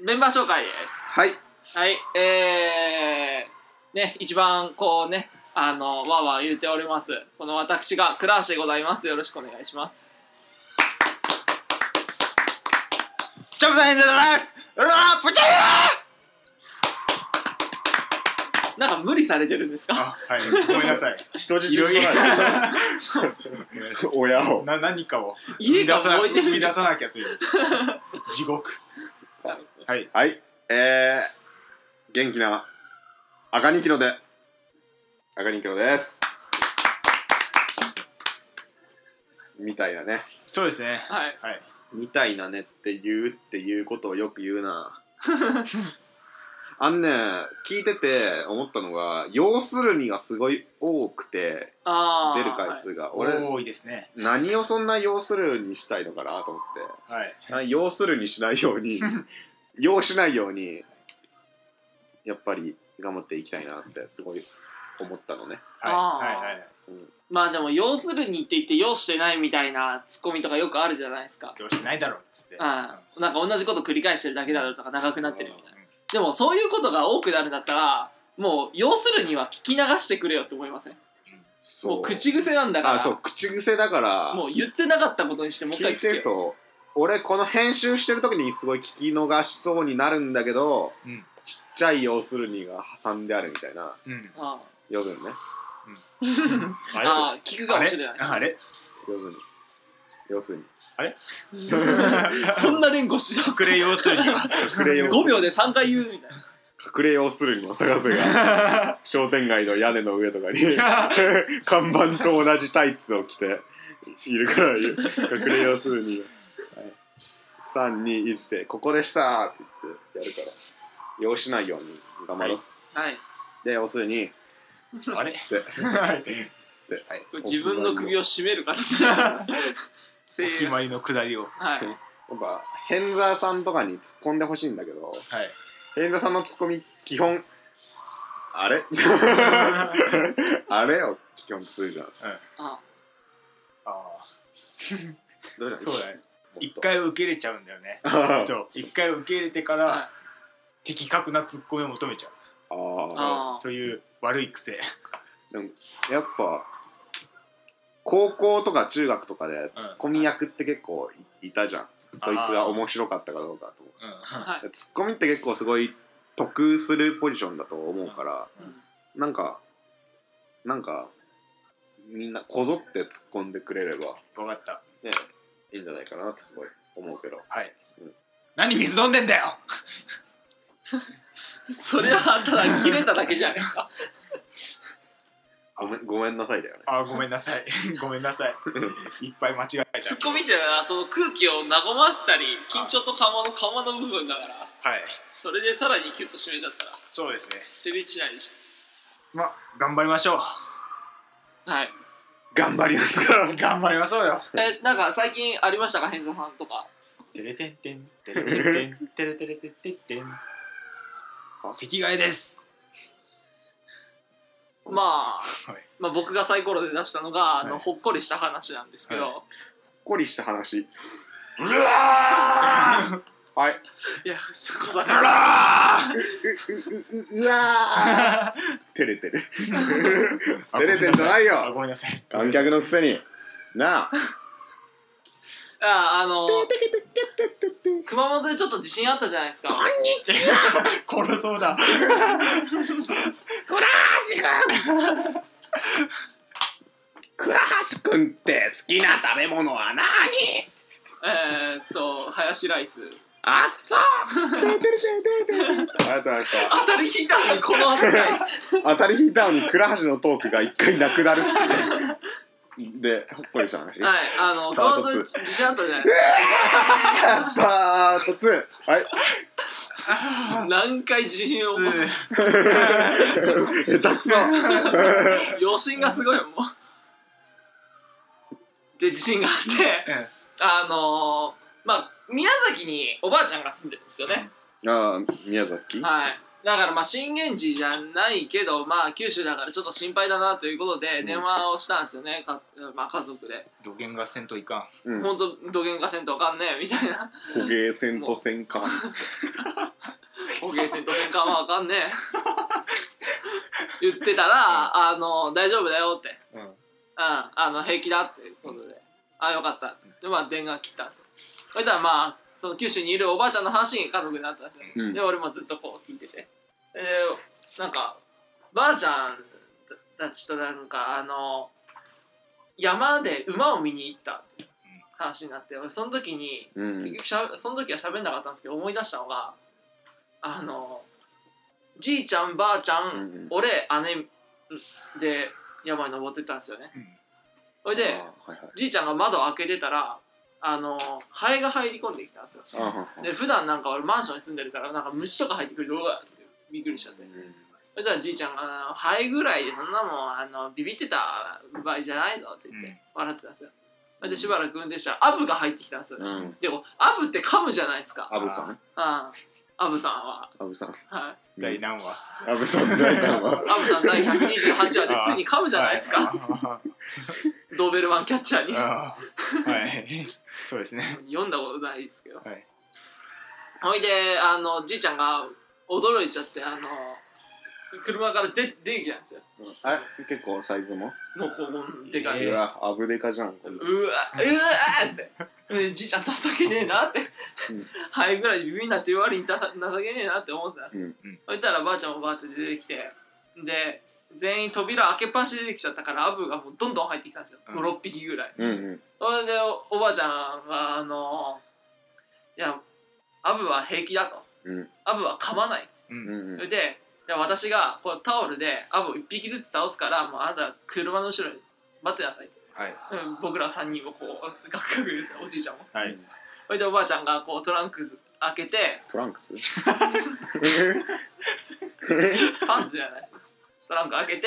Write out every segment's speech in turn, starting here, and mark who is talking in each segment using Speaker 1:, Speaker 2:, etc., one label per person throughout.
Speaker 1: メンバー紹介です。
Speaker 2: はい。
Speaker 1: はい、えー、ね、一番こうね、あの、わーわー言うております。この私が倉橋でございます。よろしくお願いします。
Speaker 2: チャムさんヘンゼルです。ラップチャ
Speaker 1: なんか無理されてるんですか
Speaker 2: あ、はい。ごめんなさい。
Speaker 3: 人質
Speaker 2: いろいろ
Speaker 1: そう
Speaker 3: 親を。
Speaker 2: な何かを
Speaker 1: 家が
Speaker 2: 生み出さな
Speaker 1: 動いてる
Speaker 2: 生
Speaker 1: んで
Speaker 2: み出
Speaker 1: す
Speaker 2: さなきゃという地獄。
Speaker 1: か
Speaker 2: はい。
Speaker 3: はい。えー、元気な赤にキロで。赤にキロです。みたいなね。
Speaker 2: そうですね。
Speaker 1: はい。
Speaker 2: はい。
Speaker 3: みたいなねって言うっていうことをよく言う な。あんね、聞いてて思ったのが、要するにがすごい多くて、
Speaker 1: あー
Speaker 3: 出る回数が。俺、
Speaker 2: 多いですね。
Speaker 3: 何をそんな要するにしたいのかなと思って。
Speaker 2: は
Speaker 3: あ
Speaker 2: い。
Speaker 3: 要するにしないよう に要しないようにやっぱり頑張っていきたいなってすごい思ったのね
Speaker 2: はい。
Speaker 1: あー
Speaker 2: はい。はいはい。
Speaker 1: まあでも、要するにって言って、要してないみたいなツッコミとかよくあるじゃないですか。
Speaker 2: よしないだろうっつって。
Speaker 1: うん。なんか同じこと繰り返してるだけだろうとか長くなってるみたいな。
Speaker 2: うん
Speaker 1: でも、そういうことが多くなるんだったら、もう、要するには聞き流してくれよって思いません
Speaker 3: そ
Speaker 1: もう口癖なんだから。
Speaker 3: あそう口癖だから
Speaker 1: もう言ってなかったことにしてもう一
Speaker 3: 聞
Speaker 1: 回
Speaker 3: い
Speaker 1: 聞け
Speaker 3: てる
Speaker 1: よ
Speaker 3: と俺この編集してる時にすごい聞き逃しそうになるんだけど
Speaker 2: うん。
Speaker 3: ちっちゃい要するにが挟んであるみたいな
Speaker 2: うん。
Speaker 1: あ
Speaker 3: 要するにね
Speaker 1: あ
Speaker 2: あ
Speaker 1: ああ聞く
Speaker 2: れ
Speaker 1: かもしれないです
Speaker 2: あれ
Speaker 3: 要するに要 するに
Speaker 1: そんな連呼してたん
Speaker 2: くれ
Speaker 1: で
Speaker 2: 要するに。
Speaker 1: すか
Speaker 3: 隠れ要する
Speaker 1: 5秒で3回言うみたいな
Speaker 3: 隠れ要するにの探せが商店街の屋根の上とかに看板と同じタイツを着ているから隠れ要するに321で「ここでした!」って言ってやるから要しないように頑張ろう、
Speaker 2: は
Speaker 1: はい
Speaker 3: で要するに
Speaker 2: あれ
Speaker 3: って
Speaker 2: はい
Speaker 1: 自分の首
Speaker 3: を
Speaker 1: を絞める形や
Speaker 2: お決まりのくだりを。
Speaker 1: はい
Speaker 3: っぱ変座さんとかに突っ込んでほしいんだけど
Speaker 2: はい。
Speaker 3: 変座さんのツッコミ基本あ れあれを基本するじゃん
Speaker 1: あ
Speaker 2: あ
Speaker 3: ど
Speaker 2: あ。
Speaker 3: れ
Speaker 2: そうだね。
Speaker 3: もっと
Speaker 2: 一回受け入れちゃうんだよね。
Speaker 3: あー
Speaker 2: そう。一回受け入れてか
Speaker 1: はい
Speaker 2: ら的確なツッコミを求めちゃう。
Speaker 3: あー
Speaker 1: あ
Speaker 2: という悪い癖。
Speaker 3: やっぱ高校とか中学とかでツッコミ役って結構いいたじゃん、そいつが面白かったかどうかと思
Speaker 2: うん
Speaker 1: は
Speaker 3: うツッコミって結構すごい得するポジションだと思うから、
Speaker 1: いうん
Speaker 3: なんかなんかみんなこぞって突っ込んでくれれば、
Speaker 2: わかった。
Speaker 3: ね、いいんじゃないかなってすごい思うけど
Speaker 2: はい
Speaker 3: うん。
Speaker 2: 何水飲んでんだよ。
Speaker 1: それはただ切れただけじゃないですか
Speaker 3: ごめんごめんなさいだよね
Speaker 2: あーごめんなさい。 ごめんなさい。いっぱい間違えた。
Speaker 1: ツッコミっていうのはその空気を和ませたり緊張と緩和の緩和の部分だから
Speaker 2: はい。
Speaker 1: それでさらにキュッと締めちゃったら
Speaker 2: そうですね。
Speaker 1: 成立しないでし
Speaker 2: まあ頑張りましょう。
Speaker 1: ょはい
Speaker 3: 頑張りますから
Speaker 2: 頑張りましょうよ。
Speaker 1: えなんか最近ありましたか変座さんとか
Speaker 2: てれてんてんてれてんてんてれてれてんてんてん。 席替えです。
Speaker 1: まあ
Speaker 2: はい。
Speaker 1: まあ、僕がサイコロで出したのが、あの
Speaker 2: はい
Speaker 1: ほっこりした話なんですけど、
Speaker 2: は
Speaker 3: こりした話
Speaker 2: うわー。
Speaker 3: はいう
Speaker 1: い、やそこさ
Speaker 2: うわ
Speaker 3: うううわ
Speaker 2: ー。
Speaker 3: ー照れてる
Speaker 2: あ
Speaker 3: 照れ てんじゃないよ
Speaker 2: あごめんなさい。
Speaker 3: 観客のくせになあ
Speaker 1: ああの熊本でちょっと地震あったじゃないですか
Speaker 2: 殺そうだ。
Speaker 3: 倉橋くんって好きな食べ物は何
Speaker 1: えー、っとハヤシライス
Speaker 3: あっそうありがとうございました
Speaker 1: 当たり引いたのにこの扱い
Speaker 3: 当たり引いたのに倉橋のトークが一回なくなるっていうでほっこりした話
Speaker 1: はいあの熊本で地震あったじゃないです
Speaker 3: パート2はい
Speaker 1: か何回地震を起こす
Speaker 3: 下手くそ
Speaker 1: 余震がすごいもうで地震があってあのまあ宮崎におばあちゃんが住んでるんですよね、
Speaker 3: ああ宮崎
Speaker 1: はい。だからまあ震源地じゃないけど、まあ九州だからちょっと心配だなということで
Speaker 3: ん
Speaker 1: 電話をしたんですよね、かまあ家族で。
Speaker 2: 土源がせんといか
Speaker 3: うん
Speaker 1: ほんと、どげんかせんとわかんねえみたいな。
Speaker 3: 捕鯨船と戦艦
Speaker 1: 捕鯨船と戦艦はあかんねえ言ってたら、あの大丈夫だよって、
Speaker 2: うんうん
Speaker 1: うん、あの平気だっていうことで、あよかったでまあ電話切ったそしたらまあその九州にいるおばあちゃんの話に家族になったんですよ、
Speaker 3: うん
Speaker 1: で俺もずっとこう聞いててでなんかばあちゃんたちとなんかあの山で馬を見に行った話になって俺その時に
Speaker 3: うん
Speaker 1: 結局しゃその時は喋んなかったんですけど思い出したのがあのじいちゃんばあちゃん、
Speaker 3: うんうん
Speaker 1: 俺姉で山に登ってったんですよねそれで
Speaker 3: あーはいはい
Speaker 1: じいちゃんが窓を開けてたらあのハエが入り込んできたんですよ
Speaker 3: あーはーはー
Speaker 1: で普段なんか俺マンションに住んでるからなんか虫とか入ってくる動画ってびっくりしちゃって
Speaker 3: うん
Speaker 1: それではじいちゃんがあの「ハエぐらいでそんなもんあのビビってた場合じゃないぞ」って言って笑ってたんですよそれでしばらく運転したらアブが入ってきたんですよね
Speaker 3: うん
Speaker 1: でもアブって噛むじゃないですか
Speaker 3: アブさん
Speaker 1: ああアブさんは、
Speaker 3: アブさん
Speaker 1: はい、
Speaker 2: 第何話
Speaker 3: アブさん財団 は
Speaker 1: アブさん第128話でついに噛むじゃないですか
Speaker 2: か
Speaker 1: ドーベルマンキャッチャーに
Speaker 2: はいそうですね
Speaker 1: 読んだことないですけど
Speaker 2: はい
Speaker 1: ほいであのじいちゃんが驚いちゃってあの車から出出てきたんですよ
Speaker 3: あ結構サイズも
Speaker 1: もうこうでかい、
Speaker 2: え
Speaker 3: う
Speaker 2: ー
Speaker 3: わアブデカじゃんこ
Speaker 1: うんわ
Speaker 3: な
Speaker 1: うわってでじいちゃん情けねえなって
Speaker 3: うん
Speaker 1: ハエぐらいビビになって言われに情情けねえなって思ってたんですよ、
Speaker 2: うんうん
Speaker 1: そしたらばあちゃんもばあって出てきてで全員扉開けっぱなしで出てきちゃったからアブがもうどんどん入ってきたんですよ
Speaker 2: うん
Speaker 1: 56匹ぐらい
Speaker 3: うんうん
Speaker 1: それでおおばあちゃんがあのいやアブは平気だと
Speaker 3: うん
Speaker 1: アブは噛まない
Speaker 2: うん
Speaker 3: う
Speaker 2: うん
Speaker 3: ん
Speaker 1: それでいや私がこうタオルでアブを1匹ずつ倒すからもうあなた車の後ろに待ってなさい
Speaker 2: はい
Speaker 1: うん僕ら3人をこうガクガクですよおじいちゃんも
Speaker 2: はい
Speaker 1: それでおばあちゃんがこうトランクス開けて
Speaker 3: トランク ス
Speaker 1: パンツじゃないですトランク開けて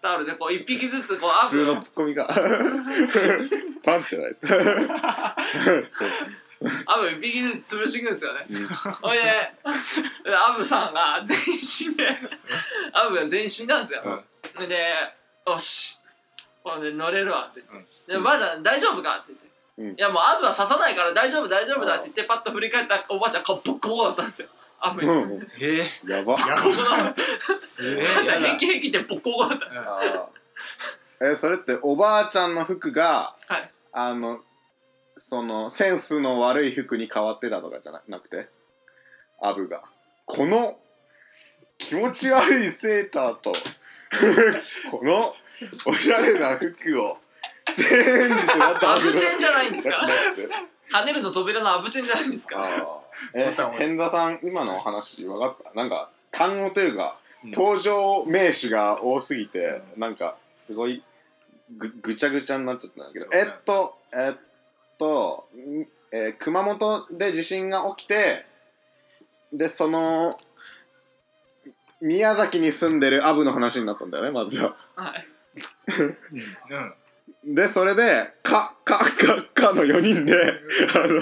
Speaker 1: タオルでこう1匹ずつこうア
Speaker 3: 普通
Speaker 1: ブ
Speaker 3: のツッコミ がパンチじゃないですか そう
Speaker 1: アブ1匹ずつ潰していくんですよね
Speaker 3: うん
Speaker 1: ほいでアブさんが全身でアブが全身なんですよ、ほいで「よしほんで乗れるわ」って言って「
Speaker 3: うん
Speaker 1: でばあちゃん大丈夫か?」って言って「い
Speaker 3: うん
Speaker 1: やもうアブは刺さないから大丈夫大丈夫だ」って言ってパッと振り返ったらおばあちゃん顔ボッコボコだったんですよアブに、
Speaker 3: うんうん
Speaker 2: え
Speaker 3: やば
Speaker 2: や
Speaker 1: この
Speaker 2: ばすげえ
Speaker 1: 母ちゃん平気平気でボッコボコだったんですよ
Speaker 3: あーえそれっておばあちゃんの服が
Speaker 1: はい
Speaker 3: あのそのセンスの悪い服に変わってたとかじゃななくてアブがこの気持ち悪いセーターと このおしゃれな服をチェンジしてなった
Speaker 1: アブチェンじゃないんですか
Speaker 3: だって
Speaker 1: 跳ねるの扉のアブチェンじゃないですか
Speaker 3: あーえ
Speaker 2: ボタンを押す
Speaker 3: 変座さん今のお話分かったなんか単語というか、
Speaker 2: うん
Speaker 3: 登場名詞が多すぎて、なんかすごいぐぐちゃぐちゃになっちゃったんだけど
Speaker 2: そう
Speaker 3: え
Speaker 2: ね
Speaker 3: っとえっと、んえー熊本で地震が起きてでその宮崎に住んでるアブの話になったんだよねまずは。
Speaker 1: はい
Speaker 2: うんうん
Speaker 3: で、それで、か、か、か、かの4人で、あの、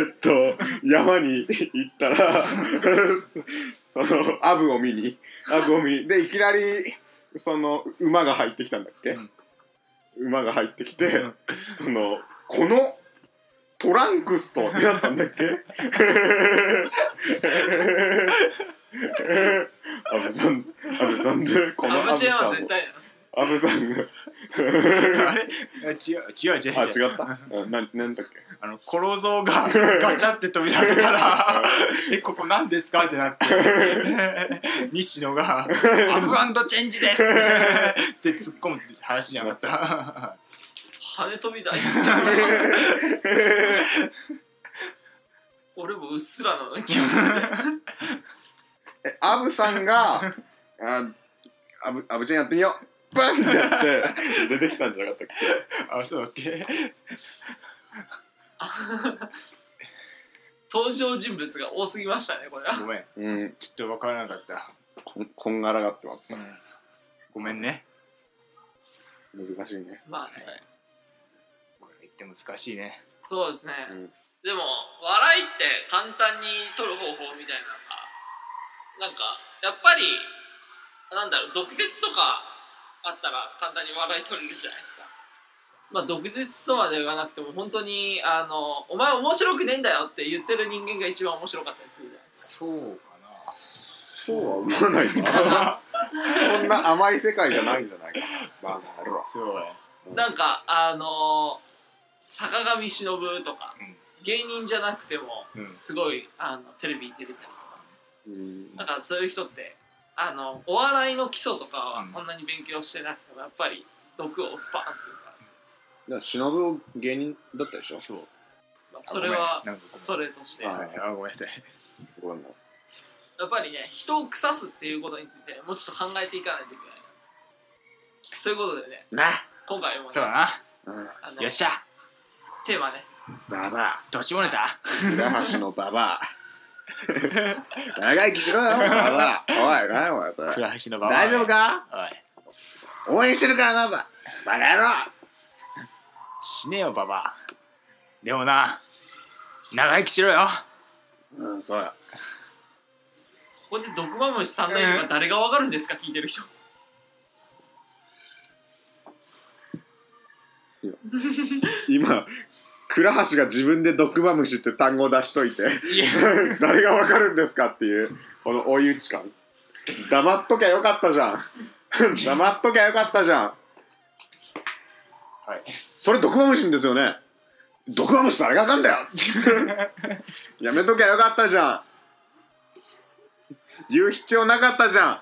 Speaker 3: えっと、山に行ったら、その、アブを見に、アブを見に、で、いきなり、その、馬が入ってきたんだっけ、
Speaker 2: うん
Speaker 3: 馬が入ってきて、
Speaker 2: うん
Speaker 3: その、この、トランクスとってなったんだっけアブさん、アブさんで、この
Speaker 1: アブチェン
Speaker 3: さん
Speaker 1: は
Speaker 3: を
Speaker 1: 絶対なんです
Speaker 3: アブさんが、
Speaker 2: あれ あ違う違う違う
Speaker 3: あ、
Speaker 2: 違う
Speaker 3: 違った。うんな、なんだっけ。
Speaker 2: あのコロゾウ がガチャって扉開けたら 「えここ何ですか?」ってなって 西野 が「アブチェンジです!」って突っ込むって話じゃなかっ
Speaker 1: 羽飛び大好き俺もうっすらなの気持ち
Speaker 3: え、 アブさんが、あ、アブ、アブちゃんやってみよう。バンってやって、出てきたんじゃなかったっけ。
Speaker 2: た あそうだっけ
Speaker 1: 登場人物が多すぎましたねこれは
Speaker 2: ごめん
Speaker 3: うん、
Speaker 2: ちょっと分からなかった、
Speaker 3: こん、こんがらがってま
Speaker 2: う
Speaker 3: す。
Speaker 2: ん、ごめんね
Speaker 3: 難しいね。
Speaker 1: まあね
Speaker 2: これ言って難しいね
Speaker 1: そうですね、
Speaker 3: うん
Speaker 1: でも笑いって簡単に取る方法みたいなのがなんかやっぱりなんだろう毒舌とかあったら簡単に笑い取れるじゃないですかまあ毒舌とまでは言わなくても本当にあのお前面白くねえんだよって言ってる人間が一番面白かったりするじゃないですか
Speaker 2: そうかな
Speaker 3: そうは思わないかなそんな甘い世界じゃないんじゃないかなバカ野郎
Speaker 2: そうや
Speaker 1: なんかあのー坂上忍とか、
Speaker 2: うん
Speaker 1: 芸人じゃなくても
Speaker 2: うん
Speaker 1: すごいあのテレビに出れたりとか
Speaker 3: うん
Speaker 1: なんかそういう人ってあのお笑いの基礎とか
Speaker 2: う
Speaker 1: は
Speaker 2: ん
Speaker 1: そんなに勉強してなくてもやっぱり毒をスパーンっていうか、
Speaker 3: だから忍を芸人だったでしょ
Speaker 2: そう
Speaker 1: まあ、それは
Speaker 2: ごめんなんかごめん
Speaker 1: それとして
Speaker 3: は
Speaker 1: や
Speaker 2: はいあごめんなさい
Speaker 3: ごめんな
Speaker 1: っぱりね人を腐すっていうことについてもうちょっと考えていかないといけないなということでね
Speaker 2: な
Speaker 1: 今回もね
Speaker 2: そうだな
Speaker 3: うん
Speaker 1: あの
Speaker 2: よっしゃ
Speaker 1: テーマね
Speaker 3: ババア
Speaker 2: どっちもネタ
Speaker 3: 浦橋のババア 長生きしろよババアおい何お前それ
Speaker 2: 倉橋の場合
Speaker 3: 大丈夫か
Speaker 2: おい
Speaker 3: 応援してるからなババカ野郎
Speaker 2: 死ねよババアでもな長生きしろよ
Speaker 3: うんそうや
Speaker 1: ここで毒まむしさんの意味は誰がわかるんですか聞いてる人
Speaker 3: 今倉橋が自分で毒マムシって単語を出しといて
Speaker 2: いや
Speaker 3: 誰がわかるんですかっていうこの追い打ち感黙っときゃよかったじゃん 黙っときゃよかったじゃん
Speaker 2: はい
Speaker 3: それ毒マムシんですよね毒マムシ誰がわかんだよ やめときゃよかったじゃん言う必要なかったじゃん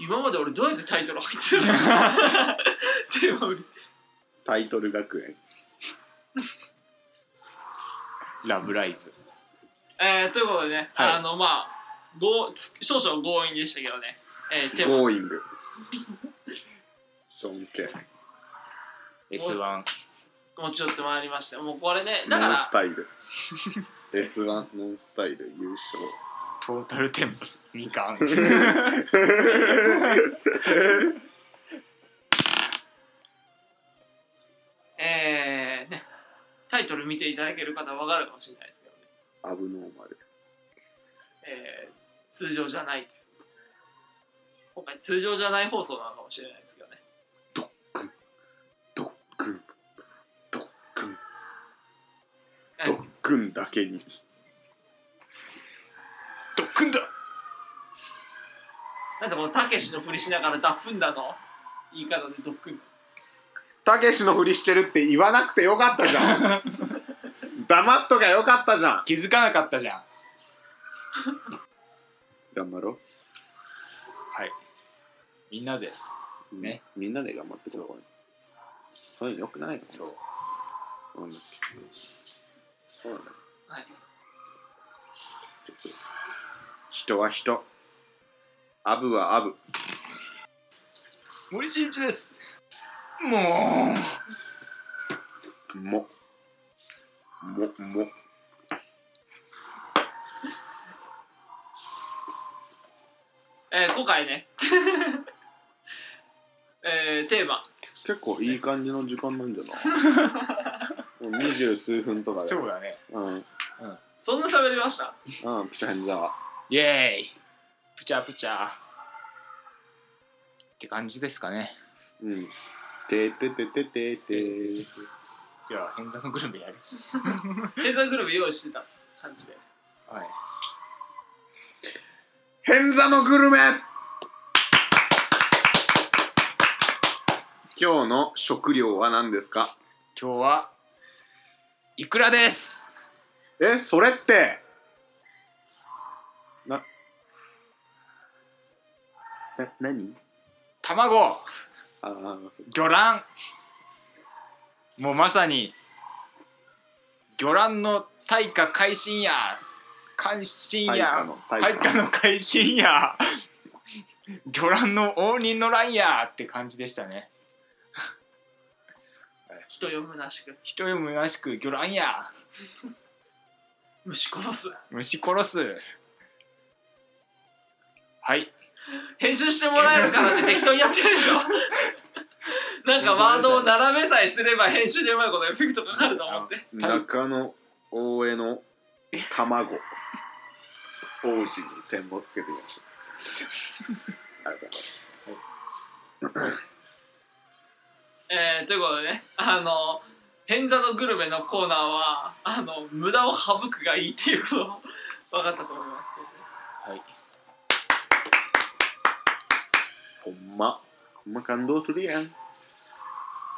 Speaker 1: 今まで俺どうやってタイトル入って たのテーマ売り
Speaker 3: タイトル学園
Speaker 2: ラブライブ
Speaker 1: えー、ということでね、
Speaker 2: はい
Speaker 1: あのまあご少々強引でしたけどね、えー、テーマ
Speaker 3: ゴーイングジョン・ケン
Speaker 2: S1
Speaker 1: 持ち寄ってまいりましてもうこれねだか
Speaker 3: ノ
Speaker 1: ら
Speaker 3: ンスタイル S1 ノンスタイル優勝
Speaker 2: トータルテンボス2巻
Speaker 1: えーねタイトル見ていただける方は分かるかもしれないですけどね、
Speaker 3: アブノーマル
Speaker 1: えー通常じゃないという今回通常じゃない放送なのかもしれないですけどね
Speaker 3: ドックンドックン
Speaker 1: え
Speaker 3: ドックンだけに
Speaker 2: ドックンだ
Speaker 1: なんでこのたけしのふりしながらダフンだの言い方でドックン
Speaker 3: たけしのふりしてるって言わなくてよかったじゃん黙っときゃよかったじゃん
Speaker 2: 気づかなかったじゃん
Speaker 3: 頑張ろ
Speaker 2: はいみんなで
Speaker 3: う
Speaker 2: ね
Speaker 3: みんなで頑張ってこうそういうのよくないよ
Speaker 2: う
Speaker 3: うなんだっけそうなんだ
Speaker 1: はい
Speaker 3: 人は人アブはアブ
Speaker 2: 森進一ですも
Speaker 3: ももも
Speaker 1: えー今回ね えーテーマ
Speaker 3: 結構いい感じの時間なんじゃないもう二十数分と
Speaker 2: う
Speaker 3: かで
Speaker 2: そうだね
Speaker 3: うんうん
Speaker 1: そんな喋りました
Speaker 3: プチャヘンザー
Speaker 2: イエーイプチャプチャって感じですかね
Speaker 3: うんてててててて
Speaker 2: じゃあ変態のグルメやる
Speaker 1: 経済グルメ用意してた感じで
Speaker 2: はい
Speaker 3: 変座のグルメ今日の食料は何ですか
Speaker 2: 今日はいくらです
Speaker 3: えそれってなな何
Speaker 2: 卵
Speaker 3: ああ
Speaker 2: 魚卵もうまさに魚卵の大化改新や関心
Speaker 3: 大化
Speaker 2: や
Speaker 3: の
Speaker 2: 大
Speaker 3: 大化
Speaker 2: 化の改新や魚卵の応仁の乱やって感じでしたね
Speaker 1: 人読むなしく
Speaker 2: 人よむなしく魚卵や
Speaker 1: 虫殺す
Speaker 2: 虫殺すはい
Speaker 1: 編集してもらえるからって適当にやってるで しょなんかワードを並べさえすれば編集でうまいことエフェクトかかると思って
Speaker 3: 中野大江の卵王子に点をつけてみましたありがとうございます
Speaker 1: えー、ということでねあの「偏座のグルメ」のコーナーはあの無駄を省くがいいっていうことを分かったと思いますけどね
Speaker 2: はい
Speaker 3: ほんまほんま感動するやん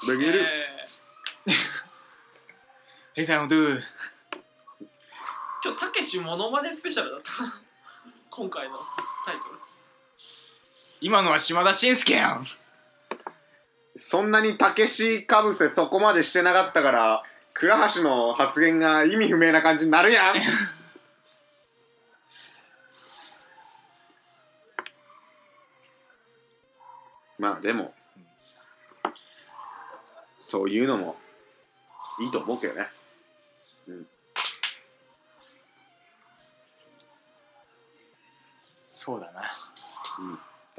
Speaker 3: バゲル
Speaker 1: えー
Speaker 2: ヘイタイムドゥ
Speaker 1: 今日たけしモノマネスペシャルだった 今回のタイ トル
Speaker 2: 今のは島田紳介やん
Speaker 3: そんなにたけしかぶせそこまでしてなかったから倉橋の発言が意味不明な感じになるやんまあでもそういうのもいいと思うけどね
Speaker 2: そうだな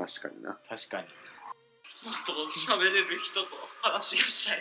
Speaker 3: 確かにな
Speaker 2: 確かに
Speaker 1: もっと喋れる人と話がしたい